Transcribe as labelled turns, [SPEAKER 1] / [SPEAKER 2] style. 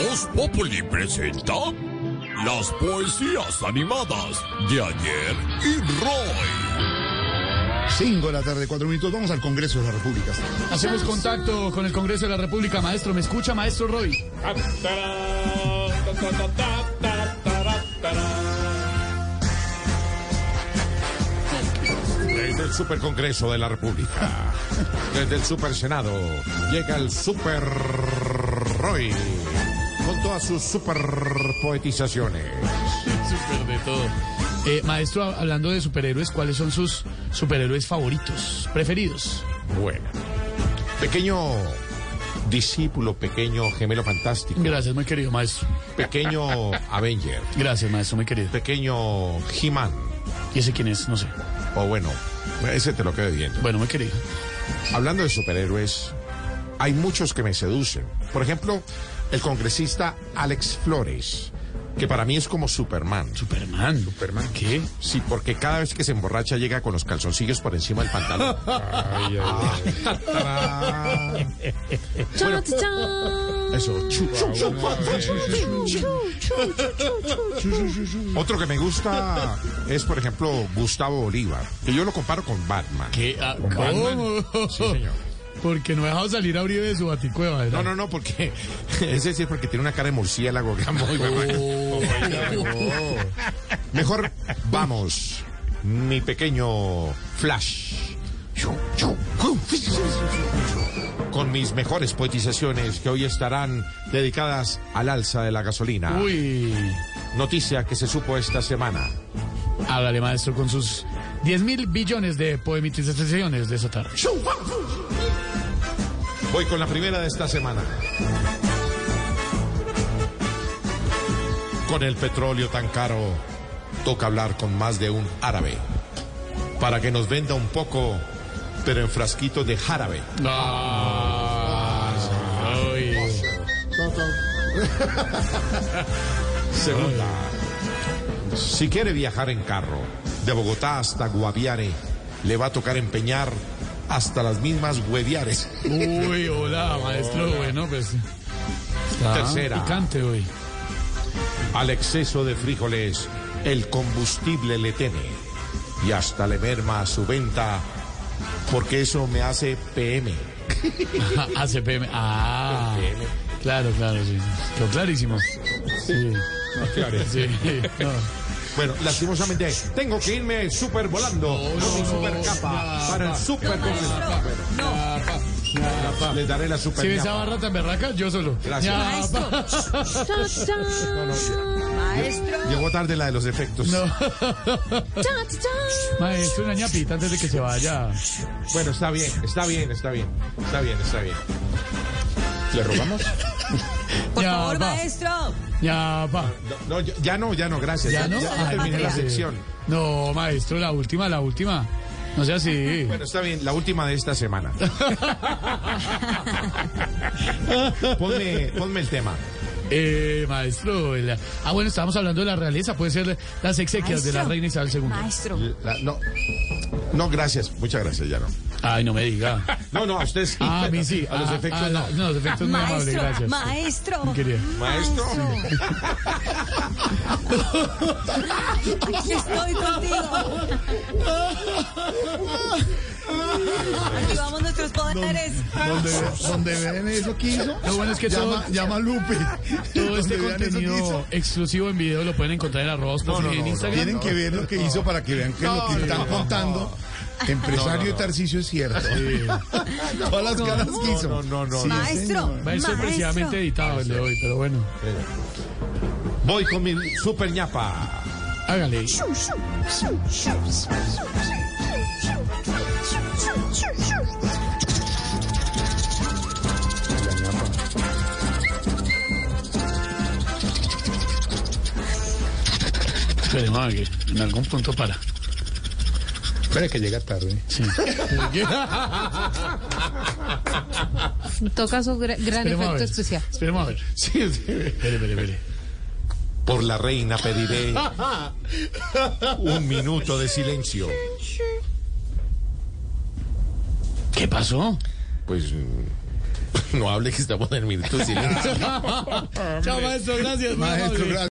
[SPEAKER 1] Voz Populi presenta las poesías animadas de ayer y Roy.
[SPEAKER 2] 5 de la tarde, 4 minutos. Vamos al Congreso de la República.
[SPEAKER 3] Hacemos contacto con el Congreso de la República. Maestro, ¿me escucha, maestro Roy?
[SPEAKER 4] Ta, tará, ta, ta, ta, ta, ta, tará, tará.
[SPEAKER 5] Desde el Supercongreso de la República, desde el Super Senado, llega el Super Roy con todas sus super poetizaciones.
[SPEAKER 3] Super de todo. Eh, maestro, hab- hablando de superhéroes, ¿cuáles son sus superhéroes favoritos, preferidos?
[SPEAKER 5] Buena. Pequeño discípulo, pequeño gemelo fantástico,
[SPEAKER 3] Gracias, muy querido maestro.
[SPEAKER 5] pequeño Avenger,
[SPEAKER 3] Gracias, maestro, muy querido.
[SPEAKER 5] pequeño He-Man,
[SPEAKER 3] ¿Y ese quién es? No sé.
[SPEAKER 5] o bueno, ese te lo quedo viendo.
[SPEAKER 3] Bueno, muy querido.
[SPEAKER 5] Hablando de superhéroes, hay muchos que me seducen. Por ejemplo, el congresista Alex Flores, que para mí es como Superman.
[SPEAKER 3] Superman.
[SPEAKER 5] Superman.
[SPEAKER 3] ¿Qué?
[SPEAKER 5] Sí, porque cada vez que se emborracha llega con los calzoncillos por encima del pantalón.
[SPEAKER 6] Chao, chao.
[SPEAKER 5] Eso. chu, chu, chu, chu, chu, chu. Otro que me gusta es, por ejemplo, Gustavo Bolívar, que yo lo comparo con Batman.
[SPEAKER 3] ¿Qué? Ah,
[SPEAKER 5] Batman.
[SPEAKER 3] ¿Cómo?
[SPEAKER 5] Sí, señor.
[SPEAKER 3] Porque no ha dejado salir a Uribe de su baticueva, ¿verdad?
[SPEAKER 5] No, no, no, porque es decir, porque tiene una cara de murciélago. que muy Mejor vamos, mi pequeño Flash. Con mis mejores poetizaciones que hoy estarán dedicadas al alza de la gasolina.
[SPEAKER 3] Uy.
[SPEAKER 5] Noticia que se supo esta semana.
[SPEAKER 3] Háblale, maestro, con sus 10 mil billones de poemitizaciones de esa tarde.
[SPEAKER 5] Voy con la primera de esta semana. Con el petróleo tan caro, toca hablar con más de un árabe para que nos venda un poco, pero en frasquitos de jarabe. Segunda. Si quiere viajar en carro, de Bogotá hasta Guaviare, le va a tocar empeñar hasta las mismas hueviares.
[SPEAKER 3] Uy, hola, maestro. Bueno, pues. Está
[SPEAKER 5] Tercera.
[SPEAKER 3] Picante hoy.
[SPEAKER 5] Al exceso de frijoles, el combustible le teme y hasta le merma su venta, porque eso me hace PM.
[SPEAKER 3] ACPM. Ah. Claro, claro, sí. Quedó clarísimo. Sí. Sí. No.
[SPEAKER 5] Bueno, lastimosamente, tengo que irme super volando con mi super capa para el super Les daré la super
[SPEAKER 3] Si ves esa
[SPEAKER 5] ñapa.
[SPEAKER 3] barra tan berraca, yo solo.
[SPEAKER 5] Gracias.
[SPEAKER 3] Ya, pa-
[SPEAKER 6] Chao, chao. Maestro.
[SPEAKER 5] Llegó tarde la de los efectos.
[SPEAKER 6] Chao, chao.
[SPEAKER 3] Maestro, una ñapita antes de que se vaya.
[SPEAKER 5] Bueno, está bien, está bien, está bien, está bien, está bien. ¿Le robamos?
[SPEAKER 3] Por favor, maestro. Ya, va.
[SPEAKER 5] No, no, ya- ya no, ya no, gracias.
[SPEAKER 3] ¿Ya no? Ay,
[SPEAKER 5] terminé la
[SPEAKER 3] sí.
[SPEAKER 5] sección.
[SPEAKER 3] No, maestro, la última, la última. No sea así.
[SPEAKER 5] Bueno, está bien, la última de esta semana. ponme, ponme el tema.
[SPEAKER 3] Eh, maestro. la- Ah, bueno, estábamos hablando de la realeza. Puede ser las exequias de la
[SPEAKER 6] Maestro.
[SPEAKER 3] reina Isabel II.
[SPEAKER 6] Maestro.
[SPEAKER 5] La- no, no, gracias, muchas gracias, ya no.
[SPEAKER 3] Ay, no me diga.
[SPEAKER 5] No, no, a usted sí.
[SPEAKER 3] Ah, a mí sí.
[SPEAKER 5] A los
[SPEAKER 3] Ah,
[SPEAKER 5] efectos
[SPEAKER 3] ah,
[SPEAKER 5] no.
[SPEAKER 3] la- los efectos muy amables,
[SPEAKER 6] Maestro.
[SPEAKER 3] gracias.
[SPEAKER 6] Maestro.
[SPEAKER 3] Mi querida.
[SPEAKER 5] Maestro.
[SPEAKER 3] Ah,
[SPEAKER 6] Aquí estoy contigo. Activamos nuestros poderes.
[SPEAKER 2] Donde, donde vean eso que hizo,
[SPEAKER 3] Lo bueno es que
[SPEAKER 2] llama,
[SPEAKER 3] todo-
[SPEAKER 2] llama a Lupe.
[SPEAKER 3] Todo
[SPEAKER 2] Donde
[SPEAKER 3] este
[SPEAKER 2] vean eso que hizo,
[SPEAKER 3] contenido exclusivo en video lo pueden encontrar en arroz
[SPEAKER 5] No, no,
[SPEAKER 3] en
[SPEAKER 5] no,
[SPEAKER 3] Instagram.
[SPEAKER 2] Tienen que ver lo que hizo para que vean que lo que están contando, empresario y Tarcicio es cierto. Todas las ganas que hizo.
[SPEAKER 5] No, no, no,
[SPEAKER 2] Sí,
[SPEAKER 5] no.
[SPEAKER 6] Maestro.
[SPEAKER 2] señor.
[SPEAKER 3] Va a ir sorpresivamente
[SPEAKER 6] Maestro.
[SPEAKER 3] editado el de hoy, pero bueno,
[SPEAKER 5] Voy con mi super ñapa.
[SPEAKER 3] hágale. Esperemos a que en algún punto para.
[SPEAKER 2] Espera que llega tarde.
[SPEAKER 3] Sí.
[SPEAKER 7] Toca su gra- gran
[SPEAKER 3] Esperemos a
[SPEAKER 7] efecto
[SPEAKER 3] ver.
[SPEAKER 7] especial.
[SPEAKER 3] Esperemos a ver.
[SPEAKER 5] Sí, sí.
[SPEAKER 3] Espere, espere, espere.
[SPEAKER 5] Por la reina pediré un minuto de silencio.
[SPEAKER 3] ¿Qué pasó?
[SPEAKER 5] Pues mm,
[SPEAKER 8] No hable que estamos en minuto de silencio.
[SPEAKER 5] Chao, maestro,
[SPEAKER 3] Maestro,
[SPEAKER 5] gracias. muy amable.
[SPEAKER 3] gracias.